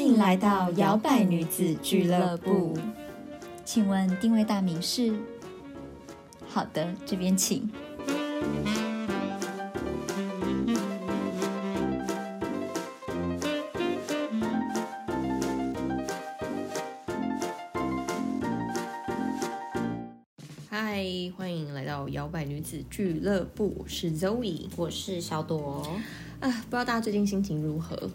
迎来到摇摆女子俱乐部。请问定位大名是？好的，这边请。嗨，欢迎来到摇摆女子俱乐部，我是 Zoe 我是小朵，啊，不知道大家最近心情如何？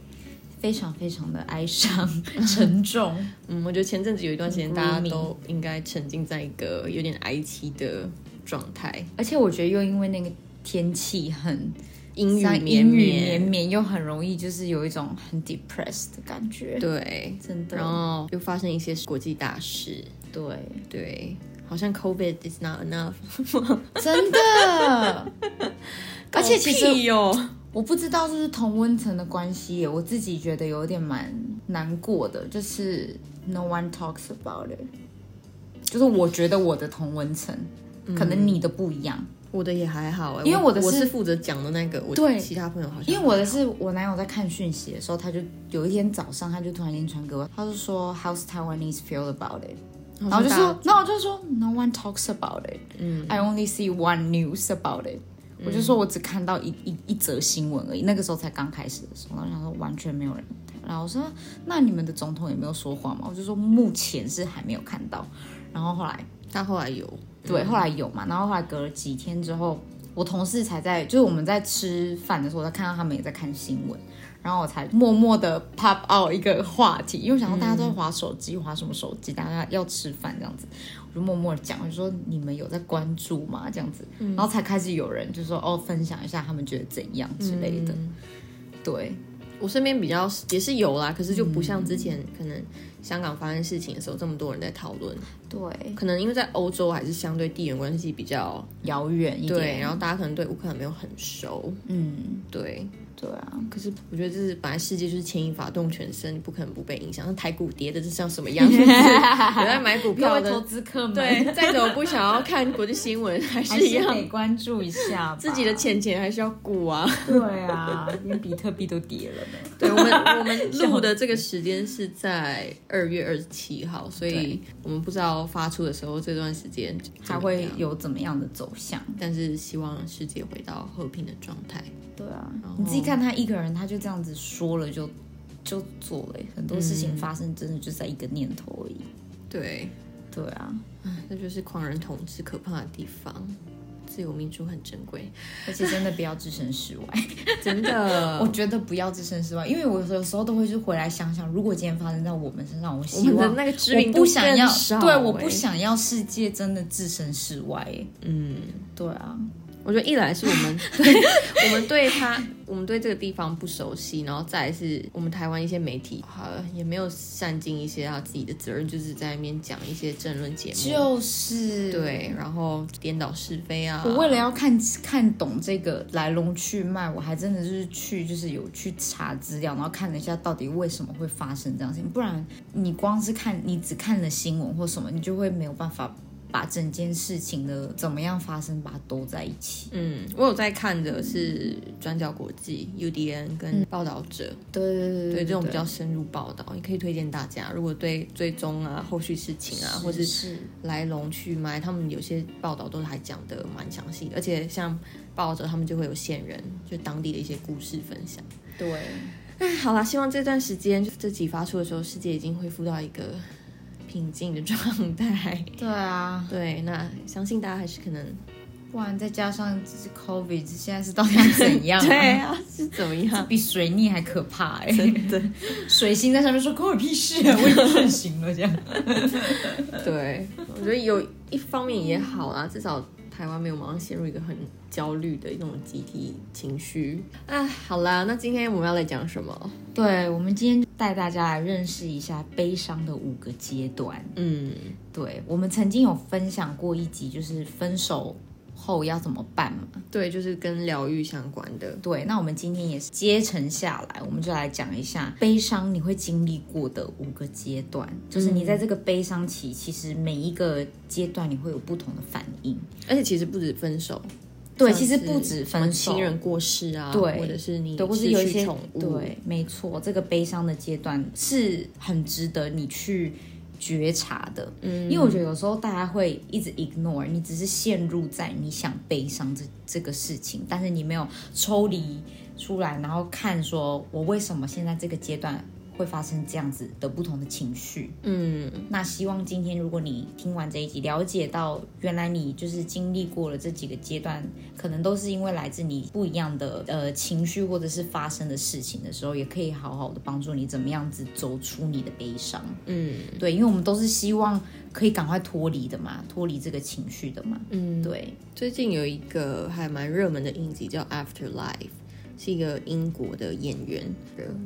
非常非常的哀伤、沉重。 嗯，我觉得前阵子有一段时间，很大家 gloomy 都应该沉浸在一个有点哀戚的状态，而且我觉得又因为那个天气很 阴雨像绵阴雨绵绵。绵，又很容易就是有一种很 depressed 的感觉。，对，真然的，后又发生一些国际大事，对，对，好像 COVID is not enough。真 的。而且其狗实屁哟、我不知道是不是同温层的关系耶，我自己觉得有点蛮难过的，就是 no one talks about it，就是我觉得我的同温层，可能你的不一样。我的也还好、欸，因为我的我是负责讲的那个，我对其他朋友好像因为我的是我男友在看讯息的时候，他就有一天早上，他就突然间传给我，他就说 How's Taiwanese feel about it？然然后我就说，那我就说 No one talks about it。嗯 I only see one news about it。我就说我只看到一一一则新闻而已，那个时候才刚开始的时候，然后我想说完全没有人。然后我说那你们的总统也没有说话吗？我就说目前是还没有看到。然后后来他后来有对，后来有嘛，然后后来隔了几天之后，我同事才在，就是我们在吃饭的时候，我才看到他们也在看新闻，然后我才默默的 pop out 一个话题，因为我想说大家都在划手机，划、什么手机，大家要吃饭这样子，我就默默的讲，我就说你们有在关注吗？这样子，然后才开始有人就说哦，分享一下他们觉得怎样之类的，对，我身边比较也是有啦，可是就嗯不像之前、可能香港发生事情的时候这么多人在讨论，对，可能因为在欧洲还是相对地缘关系比较遥远一点，对，然后大家可能对乌克兰没有很熟，嗯，对。对啊，可是我觉得这是本来世界就是牵一发动全身，你不可能不被影响。像台股跌的是像什么 样子？有在买股各票位投的，资客 们，对，再怎么不想要看国际新闻，还还是 一是样，得关注一下吧自己的钱钱还是要顾啊。对啊，连比特币都跌了呢。对 我们，我们录的这个时间是在二月二十七号，所以对我们不知道发出的时候这段时间还怎会么样，有怎么样的走向？但是希望世界回到和平的状态。对啊后，你自己看他一个人，他就这样子说了就就做了，很多事情发生真的就在一个念头而已。对，对啊，唉这就是狂人统治可怕的地方。自由民主很珍贵，而且真的不要置身事外， 真的。我觉得不要置身事外，因为我有时候都会去回来想想，如果今天发生在我们身上，我我希们的望。那个知名我度不想要更，少对，我不欸。想要世界真的置身事外。欸嗯，对啊，我觉得一来是 我们对我们对他，我们对这个地方不熟悉，然后再来是我们台湾一些媒体，好也没有善尽一些他自己的责任，就是在那边讲一些政论节目，就是对，然后颠倒是非啊。我为了要看看懂这个来龙去脉，我还真的就是去就是有去查资料，然后看了一下到底为什么会发生这样的事情。不然你光是看你只看了新闻或什么，你就会没有办法把整件事情的怎么样发生把它兜在一起。嗯，我有在看的是转角国际 UDN 跟报道者，对对嗯对对这种比较深入报道，也可以推荐大家。如果对追踪啊、后续事情啊，或是是来龙去脉，他们有些报道都还讲的蛮详细，而且像报道者他们就会有线人，就当地的一些故事分享。对，哎，好啦，希望这段时间就这集发出的时候，世界已经恢复到一个平静的状态。对啊，对，那相信大家还是可能不然再加上这是 COVID，现在是到底要怎 样、啊？对啊，是怎么样？比水逆还可怕哎、真的， 水星在上面说关我屁事啊，我已经顺行了这样。对，我觉得有一方面也好啦，至少台湾没有马上陷入一个很焦虑的一种集体情绪。哎，好啦，那今天我们要来讲什么？对，我们今天带大家来认识一下悲伤的五个阶段。嗯，对，我们曾经有分享过一集，就是分手后要怎么办嘛。对，就是跟疗愈相关的。对，那我们今天也是接承下来，我们就来讲一下悲伤你会经历过的五个阶段，就是你在这个悲伤期，其实每一个阶段你会有不同的反应。而且其实不止分手，对，像其实是不止什么分手，亲人过世啊，对或者是你对，或是失有一去些宠物，对，没错，这个悲伤的阶段是很值得你去觉察的。嗯，因为我觉得有时候大家会一直 ignore，你只是陷入在你想悲伤这这个事情，但是你没有抽离出来，然后看说我为什么现在这个阶段会发生这样子的不同的情绪。嗯，那希望今天如果你听完这一集，了解到原来你就是经历过了这几个阶段，可能都是因为来自你不一样的呃情绪或者是发生的事情的时候，也可以好好的帮助你怎么样子走出你的悲伤。嗯对，因为我们都是希望可以赶快脱离的嘛，脱离这个情绪的嘛。嗯，对，最近有一个还蛮热门的影集叫《Afterlife》，是一个英国的演员，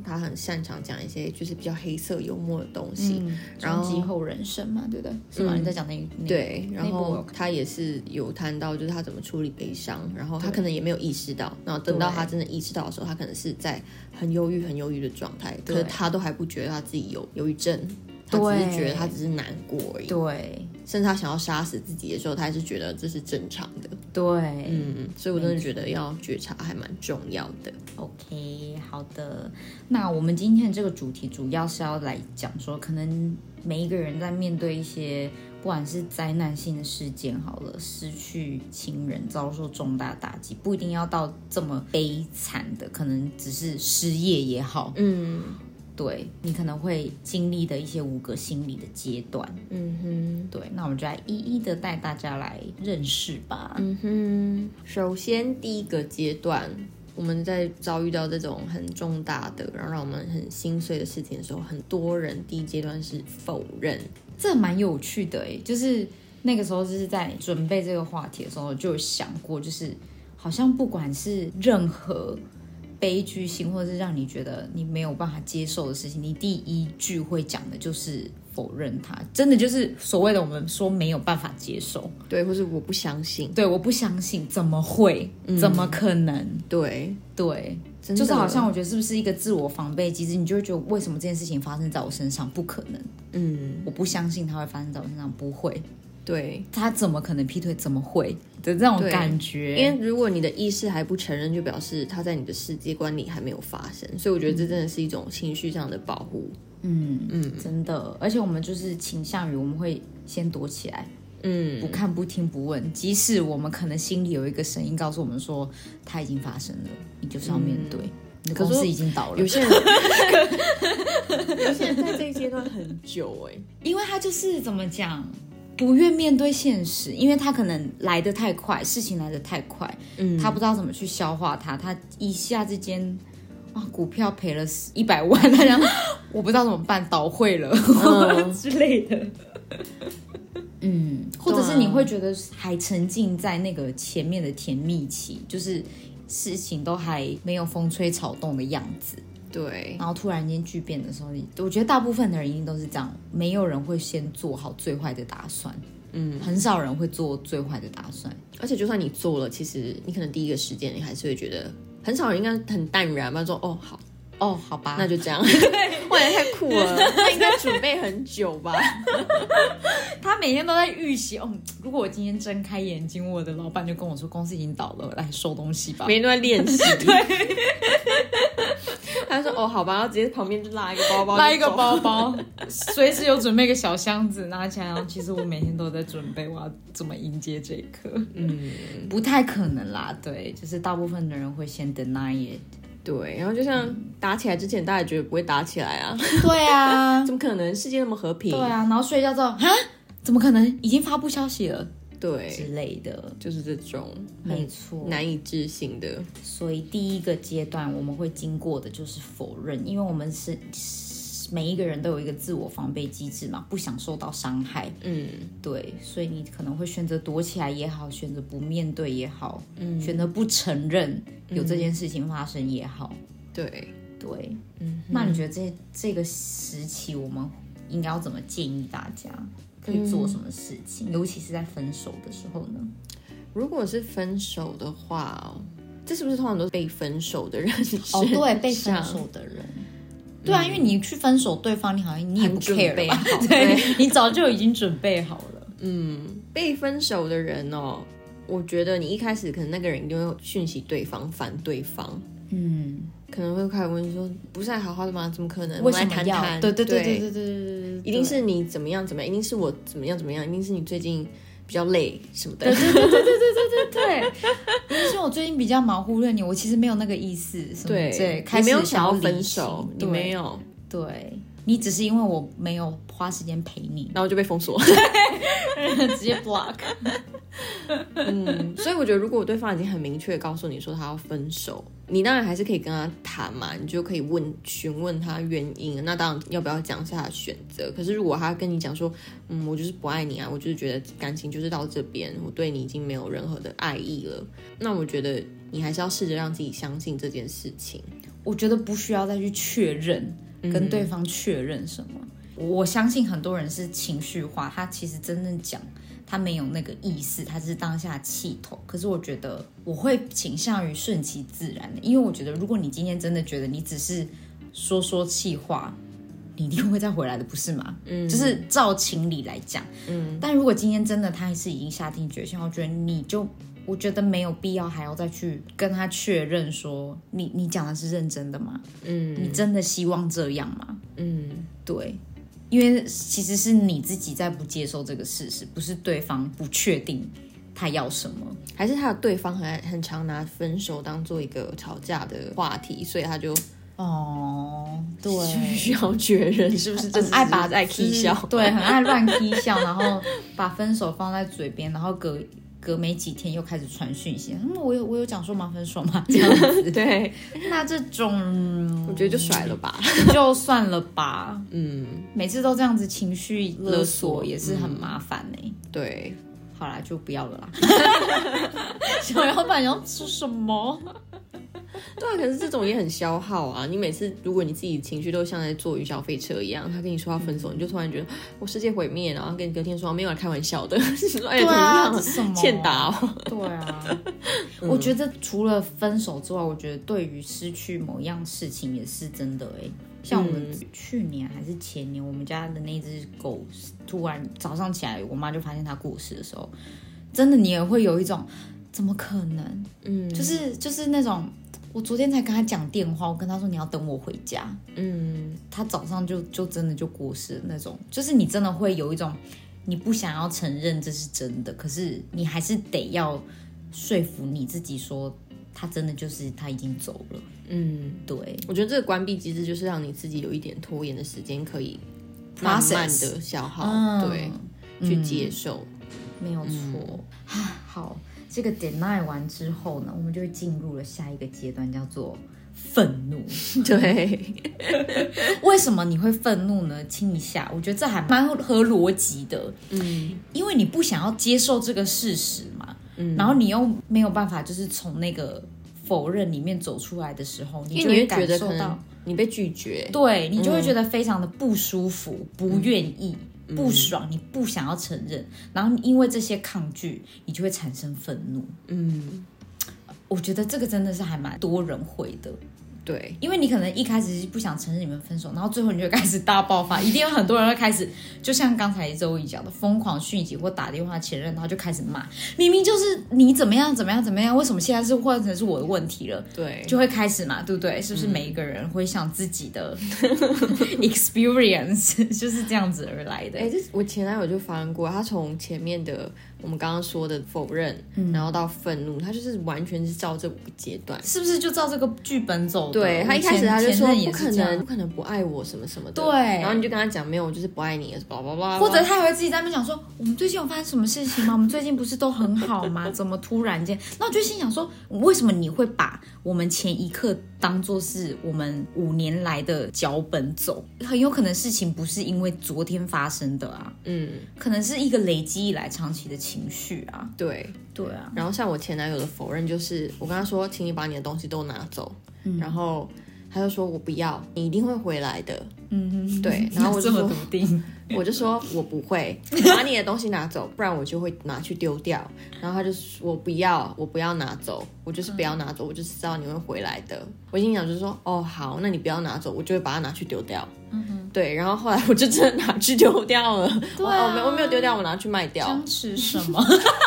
他很擅长讲一些就是比较黑色幽默的东西。嗯然终后极后人生嘛，对不对？是吗？嗯你在讲那那对，那然部我后有看他也是有谈到，就是他怎么处理悲伤，然后他可能也没有意识到，然后等到对他真的意识到的时候，他可能是在很忧郁、很忧郁的状态，可是对他都还不觉得他自己有忧郁症，他只是对觉得他只是难过而已，对甚至他想要杀死自己的时候，他还是觉得这是正常的，对，嗯，所以我真的觉得要觉察还蛮重要的， OK，好的。那我们今天的这个主题主要是要来讲说，可能每一个人在面对一些不管是灾难性的事件，好了，失去亲人，遭受重大打击，不一定要到这么悲惨的，可能只是失业也好，嗯对你可能会经历的一些五个心理的阶段。嗯哼。对，那我们就来一一的带大家来认识吧。嗯，嗯哼，首先第一个阶段，我们在遭遇到这种很重大的，然后让我们很心碎的事情的时候，很多人第一阶段是否认。这蛮有趣的诶，就是那个时候就是在准备这个话题的时候，就有想过，就是好像不管是任何悲剧性，或者是让你觉得你没有办法接受的事情，你第一句会讲的就是否认它，真的就是所谓的我们说没有办法接受，对，或是我不相信，对，我不相信，怎么会，怎么可能？对，对，真的就是好像我觉得是不是一个自我防备机制？你就会觉得为什么这件事情发生在我身上不可能？嗯，我不相信它会发生在我身上，不会。对，他怎么可能劈腿？怎么会的这种对感觉？因为如果你的意识还不承认，就表示他在你的世界观里还没有发生，所以我觉得这真的是一种情绪上的保护，嗯嗯，真的，而且我们就是倾向于我们会先躲起来，嗯不看、不听、不问，即使我们可能心里有一个声音告诉我们说它已经发生了，你就是要面对，你的可公是司已经倒了有，些人， 有些人在这一阶段很久哎、因为他就是怎么讲。不愿面对现实，因为他可能来得太快，事情来得太快，嗯他不知道怎么去消化它，他一下之间。啊，股票赔了一百万，他想我不知道怎么办，倒汇了、 之类的。嗯， 或者是你会觉得还沉浸在那个前面的甜蜜期，就是事情都还没有风吹草动的样子，对，然后突然间巨变的时候，你我觉得大部分的人一定都是这样，没有人会先做好最坏的打算，嗯。很少人会做最坏的打算。而且就算你做了，其实你可能第一个时间你还是会觉得很少人应该很淡然吧，说哦好，哦，好吧，那就这样。我也太酷了，他应该准备很久吧？他每天都在预习，哦，如果我今天睁开眼睛，我的老板就跟我说公司已经倒了，来收东西吧。每天都在练习。对。 他说哦好吧，然后直接旁边就拉一个包包，拉一个包。包，随时有准备一个小箱子拿起来。然后其实我每天都在准备，我要怎么迎接这一刻。嗯，不太可能啦，对，就是大部分的人会先 deny it。对。然后就像打起来之前，大家也觉得不会打起来啊，对啊，怎么可能？世界那么和平对。啊，然后睡觉之后，啊，怎么可能？已经发布消息了之对，类的。就是这种没错，难以置信的。所以第一个阶段我们会经过的就是否认，因为我们是是每一个人都有一个自我防备机制嘛，不想受到伤害，嗯对，所以你可能会选择躲起来也好，选择不面对也好，嗯，选择不承认有这件事情发生也好，对，对，嗯，那你觉得这这个时期我们应该要怎么建议大家？可以做什么事情，嗯尤其是在分手的时候呢？如果是分手的话，这是不是通常都是被分手的人？哦，对，被分手的人。对啊，因为你去分手对方，你好像你也很不准 care 备吧 好 对你早就已经准备好了。嗯，被分手的人哦，我觉得你一开始可能那个人就会讯息对方反对方，嗯，可能会开始问说不是还好好的吗？怎么可嗯能？为什么我们来谈谈？对对对对对对对对对，一定是你怎么样怎么样，一定是我怎么样怎么样，一定是你最近比较累什么的对。对对对对对对对。因为我最近比较忙，忽略你，我其实没有那个意思，什么对，开你始没有想要理分性手，你对没，有，对你只是因为我没有花时间陪你，然后就被封 锁。直接 block。嗯，所以我觉得，如果对方已经很明确地告诉你说他要分手，你当然还是可以跟他谈嘛，你就可以问询问他原因。啊那当然要不要讲是他的选择。可是如果他跟你讲说，嗯，我就是不爱你啊，我就是觉得感情就是到这边，我对你已经没有任何的爱意了，那我觉得你还是要试着让自己相信这件事情。我觉得不需要再去确认跟对方确认什么。我相信很多人是情绪化，他其实真正讲他没有那个意思，他是当下气头。可是我觉得我会倾向于顺其自然的，因为我觉得如果你今天真的觉得你只是说说气话。你一定会再回来的，不是吗？嗯，就是照情理来讲，嗯。但如果今天真的他是已经下定决心，我觉得你就我觉得没有必要还要再去跟他确认说你你讲的是认真的吗？嗯你真的希望这样吗？嗯，对，因为其实是你自己在不接受这个事实，不是对方不确定他要什么。还是他的对方很很常拿分手当做一个吵架的话题，所以他就哦，需要确认是不是这很只爱把是 爱 k 笑。对，很爱乱 k 笑，然后把分手放在嘴边，然后隔隔没几天又开始传讯息，嗯，我有我有讲说吗？分手吗？这 样子，对，那这种嗯我觉得就甩了吧。就算了吧。嗯，每次都这样子情绪勒勒索索也是很麻烦呢、嗯对，好啦，就不要了啦。 小老板要说什么？对啊，可是这种也很消耗啊。你每次如果你自己情绪都像在坐云霄飞车一样，他跟你说要分手，你就突然觉得我世界毁灭，然后跟你隔天说哦没有啦开玩笑的， 你说哎对怎么啊，样这什么欠打、哦。 对啊，嗯我觉得除了分手之外，我觉得对于失去某样事情也是真的哎、像我嗯们去年还是前年，我们家的那只狗突然早上起来，我妈就发现它过世的时候，真的你也会有一种怎么可能？嗯就是就是那种，我昨天才跟他讲电话，我跟他说你要等我回家，嗯，他早上就就真的就过世了那种，就是你真的会有一种你不想要承认这是真的，可是你还是得要说服你自己说他真的就是他已经走了，嗯，对，我觉得这个关闭机制就是让你自己有一点拖延的时间，可以慢慢的消耗，嗯对，去接 受。没有错。啊好，这个 deny 完之后呢，我们就会进入了下一个阶段，叫做愤怒。对，为什么你会愤怒呢？亲一下，我觉得这还蛮合逻辑的，嗯因为你不想要接受这个事实嘛，嗯，然后你又没有办法，就是从那个否认里面走出来的时候，你因就会为你会觉感得受可到能，你被拒绝，对你就会觉得非常的不舒服、不愿意、不爽，嗯你不想要承认，然后你因为这些抗拒，你就会产生愤怒。嗯，我觉得这个真的是还蛮多人会的，对，因为你可能一开始是不想承认你们分手，然后最后你就开始大爆发，一定有很多人会开始，就像刚才周易讲的，疯狂讯息或打电话前任，然后就开始骂，明明就是你怎么样怎么样怎么样，为什么现在是换成是我的问题了？对，就会开始嘛，对不对？是不是每一个人会想自己 的 experience 就是这样子而来的？哎、这我前男友就发生过，他从前面的我们刚刚说的否认，然后到愤怒，他就是完全是照这五个阶段。是不是就照这个剧本走的？对他一开我始前他就前说任不也是可这样能，不可能不爱我什么什么的，对然后你就跟他讲没有，我就是不爱你，叭叭叭，或者他还会自己在那边讲说，我们最近有发生什么事情吗？我们最近不是都很好 吗？怎么突然间？那我就心想说，为什么你会把我们前一刻当做是我们五年来的脚本走？很有可能事情不是因为昨天发生的啊，嗯，可能是一个累积以来长期的情绪啊。对。对啊，然后像我前男友的否认，就是我跟他说，嗯请你把你的东西都拿走，然后他就说我不要，你一定会回来的，嗯， 对然后我这就么说笃定，我就说嗯我不会， 我把你的东西拿走，不然我就会拿去丢掉。然后他就说我不要，我不要拿走，我就是嗯不要拿走，我就知道你会回来的。我心想就是说，哦好，那你不要拿走，我就会把它拿去丢掉。对，然后后来我就真的拿去丢掉了。嗯对我啊哦没有我没有丢掉，我拿去卖掉，僵持什么？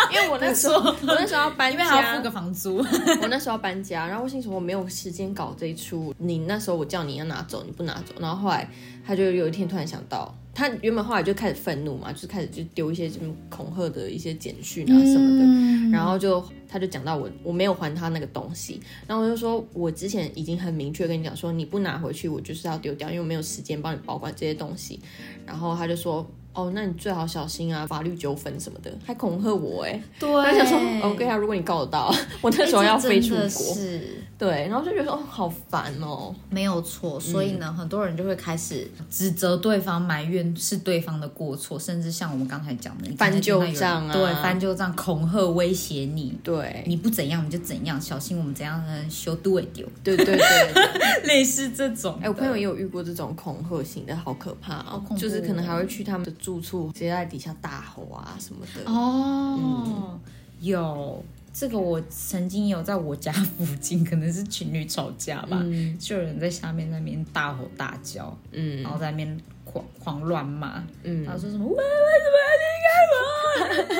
因为我那时候 我那时候要搬因为还要家付个，房 租。我那时候要搬家，然后我心想我没有时间搞这一出。你那时候我叫你要拿走，你不拿走，然后后来他就有一天突然想到，他原本后来就开始愤怒嘛，就是开始就丢一些什么恐吓的一些简讯啊什么的。嗯然后就他就讲到我我没有还他那个东西，然后我就说我之前已经很明确跟你讲说你不拿回去我就是要丢掉，因为我没有时间帮你保管这些东西。然后他就说哦，那你最好小心啊，法律纠纷什么的，还恐吓我哎、对，我就想说哦，对啊，如果你告得到，我那时候要飞出哎这真的，国是对，然后就觉得说哦好烦哦，没有错，所以呢，嗯很多人就会开始指责对方，埋怨是对方的过错，甚至像我们刚才讲的，你刚才翻听到旧有人账啊对，翻旧账，恐吓、威胁你，对，你不怎样我们就怎样，小心我们怎样呢？修对 丢，对对对对对，类似这种。哎，我朋友也有遇过这种恐吓型的，好可怕哦恐，怖就是可能还会去他们的住处，直接在底下大吼啊什么的，哦，有哦这个我曾经有在我家附近，可能是情侣吵架吧，嗯就有人在下面那边大吼大叫，嗯然后在那边狂狂乱骂。嗯然后说什么喂，为什么要离 开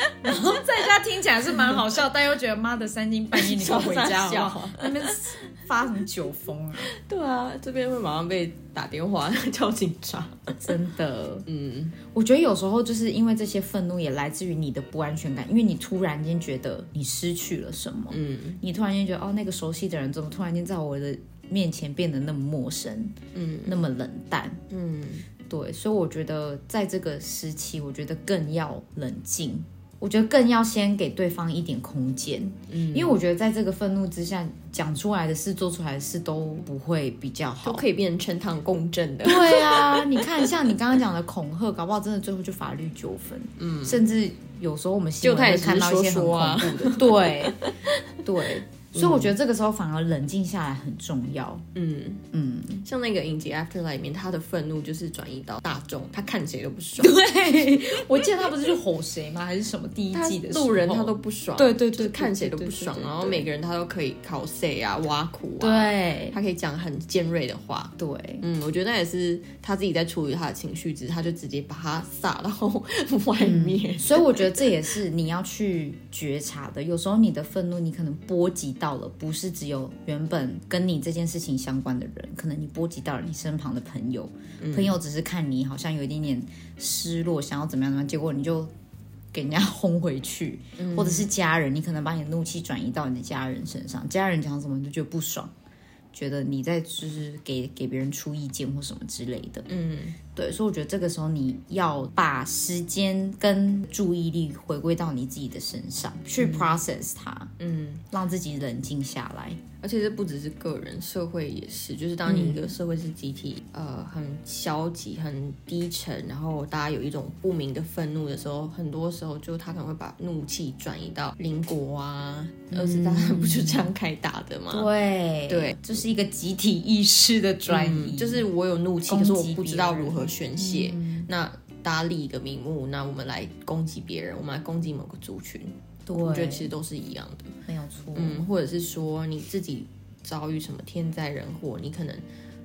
我？然后在家听起来是蛮好笑，但又觉得妈的三更半夜你给我回 家好不笑好？那边发什么酒疯啊？对啊，这边会马上被打电话 叫警察。真的， 嗯，我觉得有时候就是因为这些愤怒也来自于你的不安全感，因为你突然间觉得你失去了什么，嗯你突然间觉得哦，那个熟悉的人怎么突然间在我的面前变得那么陌生，嗯，那么冷淡。嗯，对，所以我觉得在这个时期，我觉得更要冷静，我觉得更要先给对方一点空间，嗯，因为我觉得在这个愤怒之下，讲出来的事、做出来的事都不会比较好。都可以变成呈堂共振 的。对啊，你看，像你刚刚讲的恐吓，搞不好真的最后就法律纠纷，嗯，甚至有时候我们新就他闻也会只是看到一些很说恐说啊怖的，对， 对，所以我觉得这个时候反而冷静下来很重要，嗯，嗯，像那个影集《Afterlife》里面，他的愤怒就是转移到大众，他看谁都不爽，对，我记得他不是去吼谁吗？还是什么第一他季的时候路人他都不爽，对对对就是对看谁都对不对对爽，对然后每个人他都可以 cos 啊、挖苦啊，，对他可以讲很尖锐的话。对，嗯，我觉得那也是他自己在处理他的情绪之，他就直接把它撒到外面。所以我觉得这也是你要去觉察的。有时候你的愤怒，你可能波及到了，不是只有原本跟你这件事情相关的人，可能你波及到了你身旁的朋友，朋友只是看你好像有一点点失落，想要怎么样怎么样，结果你就。给人家轰回去，或者是家人，你可能把你的怒气转移到你的家人身上，家人讲什么你就觉得不爽，觉得你在就是给给别人出意见或什么之类的。嗯对，所以我觉得这个时候你要把时间跟注意力回归到你自己的身上，去 process 它，嗯，让自己冷静下来。而且这不只是个人，社会也是。就是当你一个社会是集体，呃，很消极、很低沉，然后大家有一种不明的愤怒的时候，很多时候就他可能会把怒气转移到邻国啊，二次大 战不就这样开打的吗？对对，这是一个集体意识的转移，嗯就是我有怒气，攻可击是我不知道别人嗯如何宣泄。那大家立一个名目，那我们来攻击别人，我们来攻击某个族群，我觉得对，其实都是一样的。没有错。嗯，或者是说你自己遭遇什么天灾人祸，你可能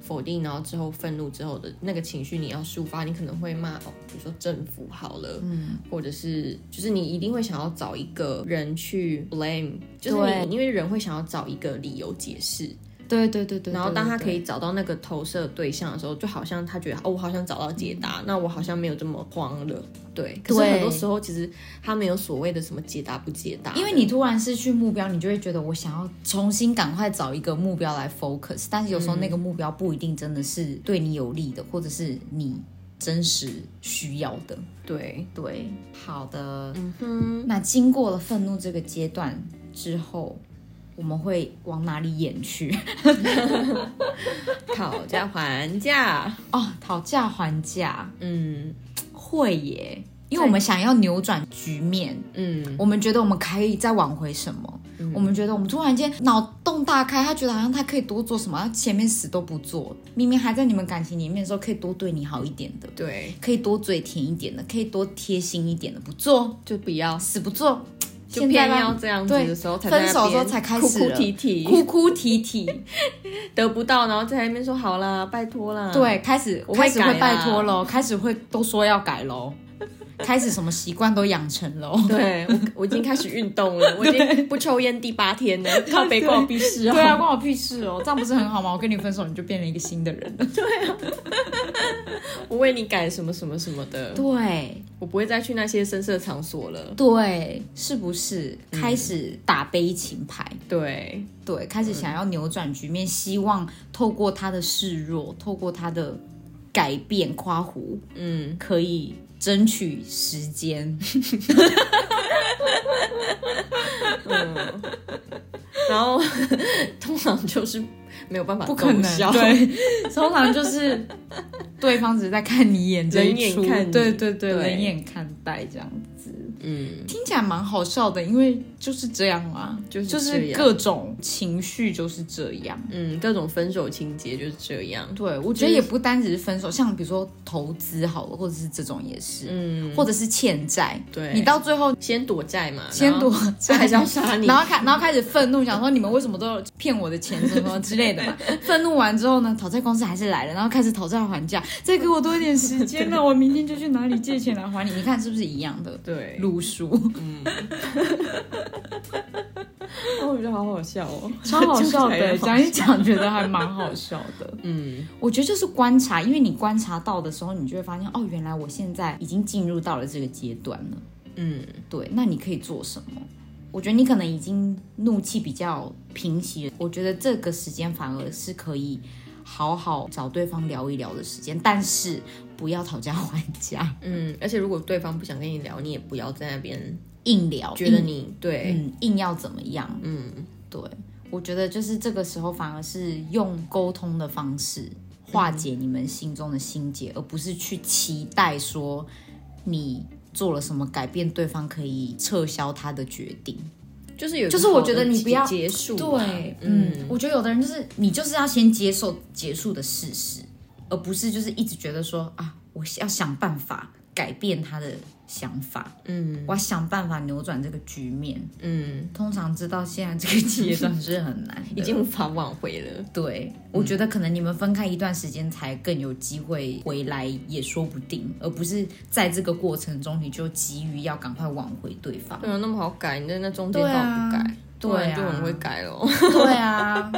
否定，然后之后愤怒之后的那个情绪，你要抒发，你可能会骂哦，比如说政府好了，嗯，或者是就是你一定会想要找一个人去 blame，就是对你因为人会想要找一个理由解释，对对对对。然后对当他对可以找到那个投射对象的时候，就好像他觉得哦，我好像找到解答，那我好像没有这么慌了，对。可嗯是对很多时候其实他没有所谓的什么解答不解答的，因为你突然失去目标，你就会觉得我想要重新赶快找一个目标来 focus，但是有时候那嗯个目标不一定真的是对你有利的，或者是你真实需要的。对，对，好的，嗯哼。那经过了愤怒这个阶段之后，我们会往哪里演去？ 讨价还价，哦，讨价还价嗯，会耶，因为我们想要扭转局面，嗯，我们觉得我们可以再挽回什么，我们觉得我们突然间脑洞大开，他觉得好像他可以多做什么，他前面死都不做，明明还在你们感情里面的时候可以多对你好一点的，对，可以多嘴甜一点的，可以多贴心一点的，不做，就不要，死不做，就现在偏吧要这样子对的时候才在那分边手之后才开始哭哭了啼啼，哭哭啼啼， 得不到，然后在那边说好啦，拜托啦， 对，开始我会嗯开始改会啦拜托喽，开始会都说要改喽， 开始什么习惯都养成喽。对，我我已经开始运动了，我已经不抽烟第八天 了，靠背关我屁事 对啊，哦。关我屁事哦！这样不是很好吗？我跟你分手，你就变成一个新的人了。我为你改什么什么什么的， 对我不会再去那些深色场所了。对，是不是开始打悲情牌？对，嗯对，开始想要扭转局面，希望透过他的示弱，透过他的改变夸胡，嗯，可以争取时间。然后 通常就是没有办法不奏可能，效，对，通常就是对方只是在看你眼这冷一眼出，看你对对对，对冷眼看待这样子， 嗯，听起来蛮好笑的，因为就是这样嘛，就是就这是样各种情绪就是这样。嗯，各种分手情节就是这样。对，我觉得也不单只是分手，像比如说投资好了，或者是这种也是，嗯，或者是欠债，对你到最后先躲 债嘛，先然后躲债，他还是要杀你然后开然后开始愤怒，想说你们为什么都骗我的钱什么之类的 嘛。愤怒完之后呢，讨债公司还是来了，然后开始讨债还价，再给我多一点时间了，我明天就去哪里借钱来还你。你看是不是一样的对，路数？哦我觉得好好笑 哦，超好笑的， 就这样讲一讲觉得还蛮好笑的。嗯，我觉得就是观察，因为你观察到的时候，你就会发现哦，原来我现在已经进入到了这个阶段了。嗯，对，那你可以做什么？我觉得你可能已经怒气比较平息了，我觉得这个时间反而是可以好好找对方聊一聊的时间，但是不要讨价还价，嗯，而且如果对方不想跟你聊，你也不要在那边硬聊，觉得硬你对，嗯硬要怎么样？嗯，对，我觉得就是这个时候反而是用沟通的方式化解你们心中的心结，而不是去期待说你做了什么改变，对方可以撤销他的决定。就是有一个就是我觉得好的你不要结束啊，对，嗯，我觉得有的人就是你就是要先接受结束的事实，而不是就是一直觉得说啊，我要想办法改变他的想法，嗯我要想办法扭转这个局面。嗯，通常知道现在这个阶段是很难已的。经无法挽回了，对，我觉得可能你们分开一段时间才更有机会回来，也说不定，而不是在这个过程中你就急于要赶快挽回对方。对啊，那么好改，你在那中间对倒啊不改，对啊不然就很会改咯。对啊，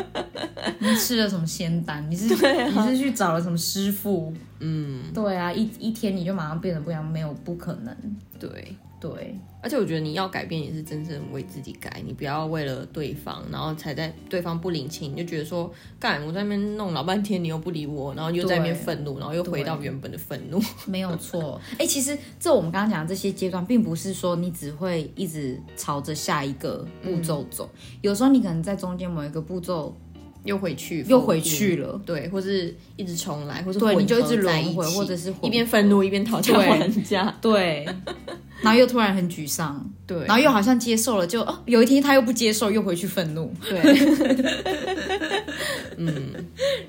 你吃了什么仙丹？你是、你是去找了什么师傅？啊嗯，对啊，一一天你就马上变得不一样，没有不可能。对。对而且我觉得你要改变也是真正为自己改，你不要为了对方，然后才在对方不领情，你就觉得说，干我在那边弄老半天，你又不理我，然后又在那边对愤怒，然后又回到原本的愤怒。没有错。哎、其实这我们刚刚讲的这些阶段，并不是说你只会一直朝着下一个步骤走，有时候你可能在中间某一个步骤又回去，又回去了。对，或是一直重来，或是对混合你就一直轮回在一起或者是混合一边愤怒一边讨价对还 价，对，然后又突然很沮丧，对，然后又好像接受了，就哦，有一天他又不接受，又回去愤怒。对，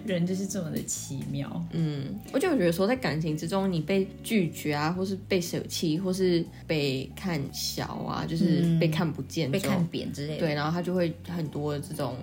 人就是这么的奇妙。嗯，我就觉得说，在感情之中，你被拒绝啊，或是被舍弃，或是被看小啊，就是嗯被看不见、被看扁之类的，对，然后他就会很多的这种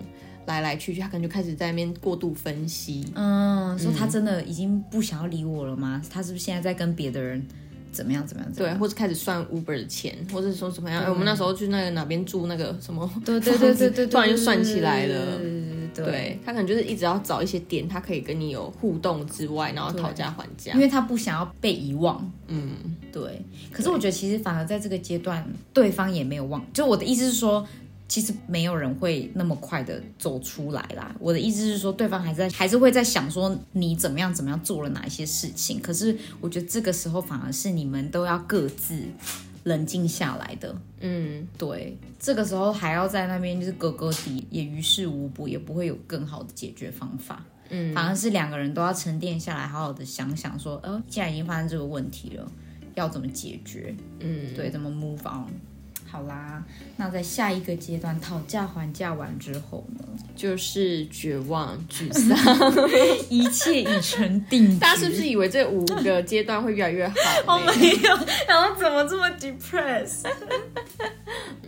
来来去去，他可能就开始在那边过度分析，嗯，说他真的已经不想要理我了吗？他是不是现在在跟别的人怎么样怎么样？怎么对，样或者开始算 Uber 的钱，或者说怎么样、哎我们那时候去那个哪边住那个什么，嗯对 对对对对对，突然就算起来了。对。对他可能就是一直要找一些点，他可以跟你有互动之外，然后讨价还价因。为他不想要被遗忘，嗯，对。可是我觉得其实反而在这个阶段，对方也没有忘。就我的意思是说，其实没有人会那么快的走出来啦。我的意思是说，对方还在还是会在想说你怎么样怎么样做了哪一些事情。可是我觉得这个时候反而是你们都要各自冷静下来的，嗯，对，这个时候还要在那边就是哥哥底，也于事无补，也不会有更好的解决方法。嗯，反而是两个人都要沉淀下来，好好的想想说，呃，既然已经发生这个问题了，要怎么解决，嗯，对，怎么 move on。好啦，那在下一个阶段讨价还价完之后呢，就是绝望、沮丧。 一切已成定局。大家是不是以为这五个阶段会越来 越好呢？哦然后怎么这么 depressed？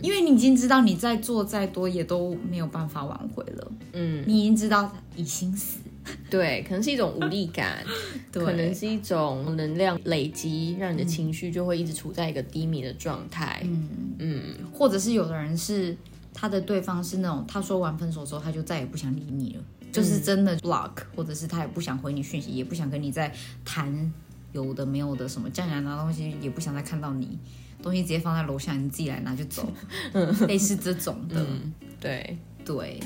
因为你已经知道，你再做再多也都没有办法挽回了。嗯，你已经知道已心死，对，可能是一种无力感，对嗯可能是一种能量累积，让你的情绪就会一直处在一个低迷的状态。嗯嗯，或者是有的人是他的对方是那种，他说完分手之后，他就再也不想理你了，就是真的 block，或者是他也不想回你讯息，也不想跟你再谈有的没有的什么，叫你来拿东西也不想再看到你，东西直接放在楼下，你自己来拿就 走，类似这种的。对，对，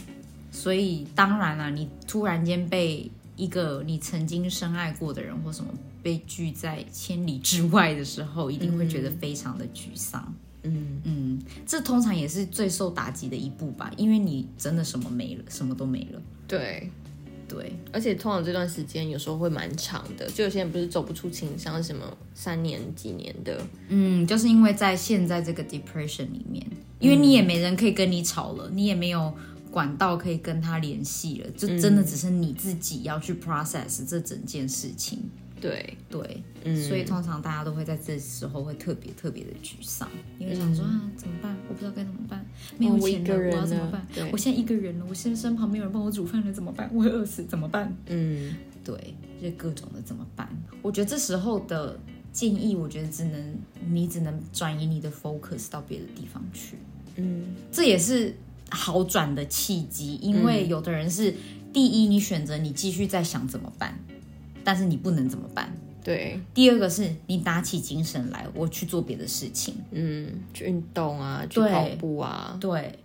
所以当然啦、你突然间被一个你曾经深爱过的人或什么被拒在千里之外的时候，一定会觉得非常的沮丧。嗯嗯，这通常也是最受打击的一步吧，因为你真的什么没了，什么都没了。对。对，而且通常这段时间有时候会蛮长的，就有些人不是走不出情伤，什么三年几年的，嗯，就是因为在现在这个 depression 里面，因为你也没人可以跟你吵了，你也没有管道可以跟他联系了，就真的只是你自己要去 process 这整件事情。对，对，嗯，所以通常大家都会在这时候会特别特别的沮丧，因为想说、啊怎么办？我不知道该怎么办，没有嗯哦我钱了，一个我人要怎么了办对？我现在一个人了，我身身旁没有人帮我煮饭了，怎么办？我会饿死怎么办？嗯对，就各种的怎么办？我觉得这时候的建议，我觉得只能你只能转移你的 focus 到别的地方去，嗯这也是好转的契机，因嗯为有的人是第一，你选择你继续在想怎么办，但是你不能怎么办。对，第二个是你打起精神来，我去做别的事情，嗯，去运动啊，去对跑步啊，对，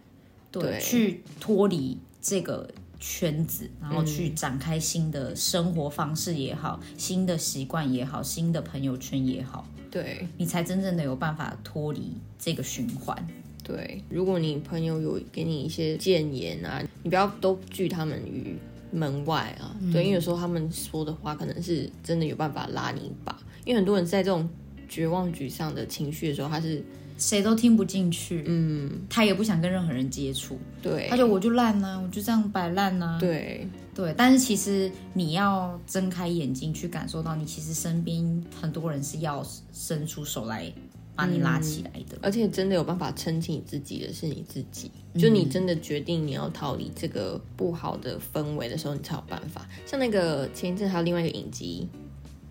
对，对去脱离这个圈子，然后去展开新的生活方式也好，新的习惯也好，新的朋友圈也好，对你才真正的有办法脱离这个循环。对。如果你朋友有给你一些谏言啊，你不要都拒他们于门外啊，对，因为有时候他们说的话可能是真的有办法拉你一把，因为很多人在这种绝望、沮丧的情绪的时候，他是谁都听不进去，嗯，他也不想跟任何人接触，对他，就我就烂呐、我就这样摆烂啊呐、对，对，但是其实你要睁开眼睛去感受到，你其实身边很多人是要伸出手来把你拉起来的。而且真的有办法撑起你自己的是你自己，就你真的决定你要逃离这个不好的氛围的时候，你才有办法。像那个前一阵还有另外一个影集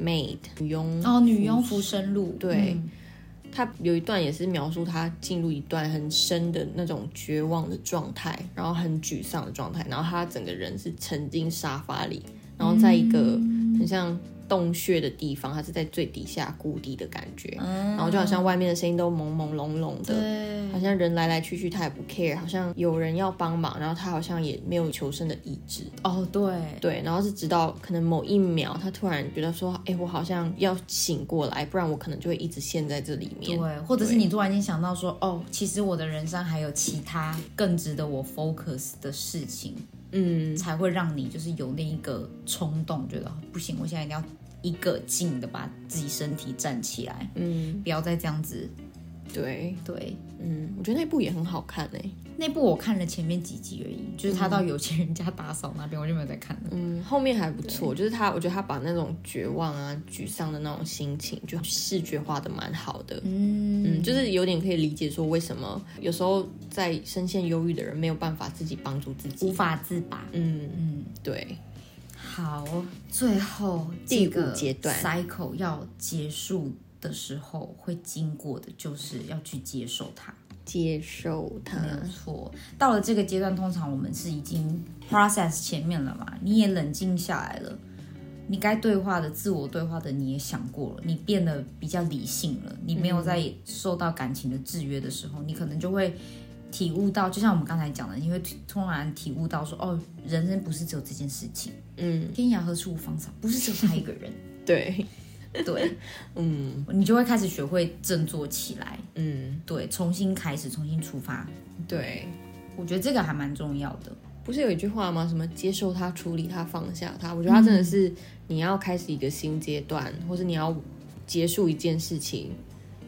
《Made》女佣，然后哦女佣浮生路，嗯对嗯她有一段也是描述她进入一段很深的那种绝望的状态，然后很沮丧的状态，然后她整个人是沉浸沙发里，然后在一个很像洞穴的地方，她是在最底下谷底的感觉，嗯然后就好像外面的声音都朦朦胧胧的，对，好像人来来去去，他也不 care，好像有人要帮忙，然后他好像也没有求生的意志。哦对，对，然后是直到可能某一秒，他突然觉得说，哎，我好像要醒过来，不然我可能就会一直陷在这里面。对，或者是你突然间想到说，哦，其实我的人生还有其他更值得我 focus 的事情，嗯，才会让你就是有那一个冲动，觉得哦不行，我现在一定要一个劲的把自己身体站起来，嗯，不要再这样子。对，对，嗯，我觉得那部也很好看欸诶、那部我看了前面几集而已，就是他到有钱人家打扫那边，我就没有再看了。嗯，后面还不错，就是他，我觉得他把那种绝望啊、沮丧的那种心情，就视觉化的蛮好的。嗯嗯，就是有点可以理解说为什么有时候在深陷忧郁的人没有办法自己帮助自己无。法自拔。嗯，嗯，对，好，哦最后第这五个阶段 cycle 要结束的时候会经过的，就是要去接受它。接受它没。有错，到了这个阶段，通常我们是已经 process 前面了嘛，你也冷静下来了，你该对话的、自我对话的你也想过了，你变得比较理性了，你嗯没有在受到感情的制约的时候，你可能就会体悟到，就像我们刚才讲的，你会突突然体悟到说，哦，人生不是只有这件事情，嗯，天涯何处无芳草，不是只有他一个 人，对，对嗯你就会开始学会振作起来，嗯，对，重新开始，重新出发，对。我觉得这个还蛮重要的。不是有一句话吗？什么接受它、处理它、放下它？我觉得它真的是你要开始一个新阶段，或是你要结束一件事情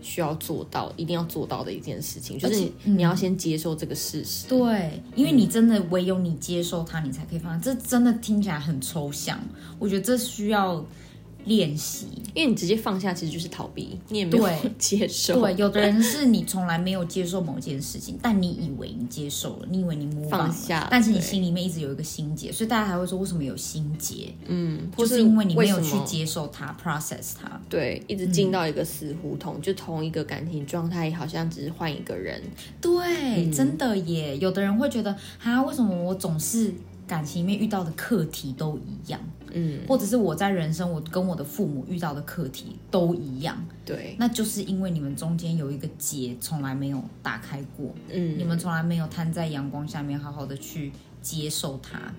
需要做到，一定要做到的一件事情，就而是且嗯你,、要先接受这个事实。对，因为你真的唯有你接受它，你才可以放下。这真的听起来很抽象，我觉得这需要练习。因为你直接放下，其实就是逃避，你也没有对 接受，对，有的人是你从来没有接受某件事情，但你以为你接受了，你以为你 move on 放了下但是你对心里面一直有一个心结，所以大家才会说为什么有心结，嗯，就或是因为你没有什去么接嗯受它，process 它。对，一直进到一个死胡同，就同一个感情状态，好像只是换一个人，对，真的耶。有的人会觉得，哈，为什么我总是感情里面遇到的课题都一样，嗯，或者是我在人生我跟我的父母遇到的课题都一样？对，那就是因为你们中间有一个结从来没有打开过，嗯，你们从来没有摊在阳光下面好好的去接受它。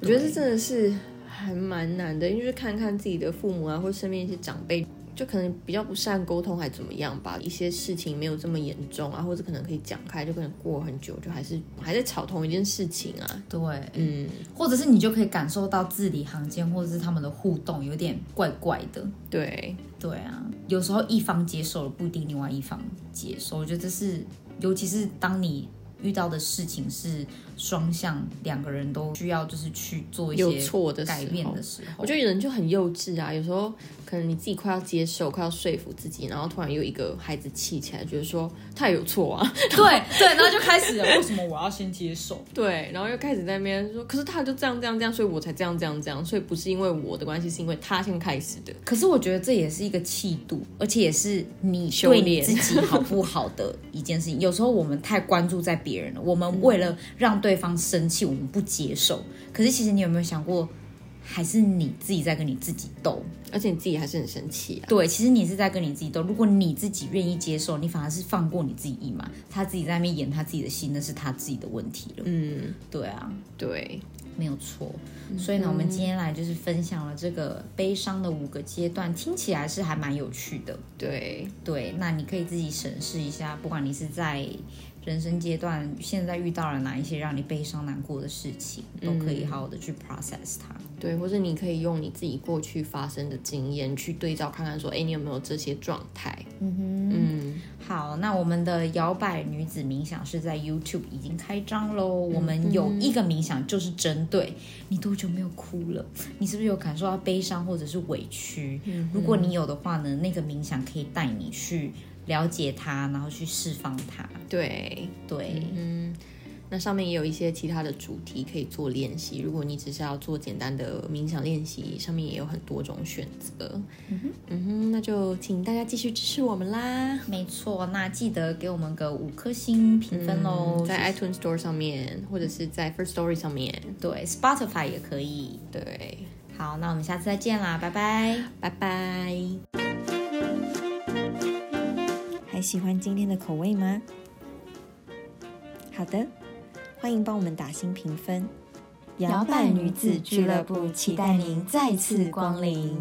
我觉得这真的是还蛮难的，因为就是看看自己的父母啊，或身边一些长辈，就可能比较不善沟通，还怎么样吧？一些事情没有这么严重啊，或者可能可以讲开，就可能过很久，就还是还在吵同一件事情啊。对，嗯，或者是你就可以感受到字里行间，或者是他们的互动有点怪怪的。对，对啊，有时候一方接受了，不一定另外一方接受。我觉得这是，尤其是当你遇到的事情是双向，两个人都需要就是去做一有些错的时改变候的时候，我觉得人就很幼稚啊，有时候可能你自己快要接受、快要说服自己，然后突然又一个孩子气起来，觉得说他也有错啊， 对对，然后就开始了，为什么我要先接受？对，然后又开始在那边说，可是他就这样这样这样，所以我才这样这样这样，所以不是因为我的关系，是因为他先开始的。可是我觉得这也是一个气度，而且也是你修对你炼自己好不好的一件事情。有时候我们太关注在别人了，我们为了让对方生气，我们不接受。可是其实你有没有想过，还是你自己在跟你自己斗？而且你自己还是很生气啊。对，其实你是在跟你自己斗。如果你自己愿意接受，你反而是放过你自己一马。他自己在那边演他自己的戏，那是他自己的问题了。嗯，对啊，对，没有错。所以呢，我们今天来就是分享了这个悲伤的五个阶段，听起来是还蛮有趣的。对，对，那你可以自己审视一下，不管你是在人生阶段，现在遇到了哪一些让你悲伤难过的事情，都可以好好的去 process 它。对，或是你可以用你自己过去发生的经验去对照看看，说，哎，你有没有这些状态？嗯哼，嗯，好，那我们的摇摆女子冥想是在 YouTube 已经开张喽。我们有一个冥想就是针对你多久没有哭了，你是不是有感受到悲伤或者是委屈？如果你有的话呢，那个冥想可以带你去了解它，然后去释放它。对，对，那上面也有一些其他的主题可以做练习。如果你只是要做简单的冥想练习，上面也有很多种选择。嗯哼，那就请大家继续支持我们啦。没错。那记得给我们个五颗星评分哦喽。在 iTunes Store 上面，或者是在 First Story 上面。对，Spotify 也可以。对，好，那我们下次再见啦，拜拜。拜拜。还喜欢今天的口味吗？好的，欢迎帮我们打新评分。摇摆女子俱乐部期待您再次光临。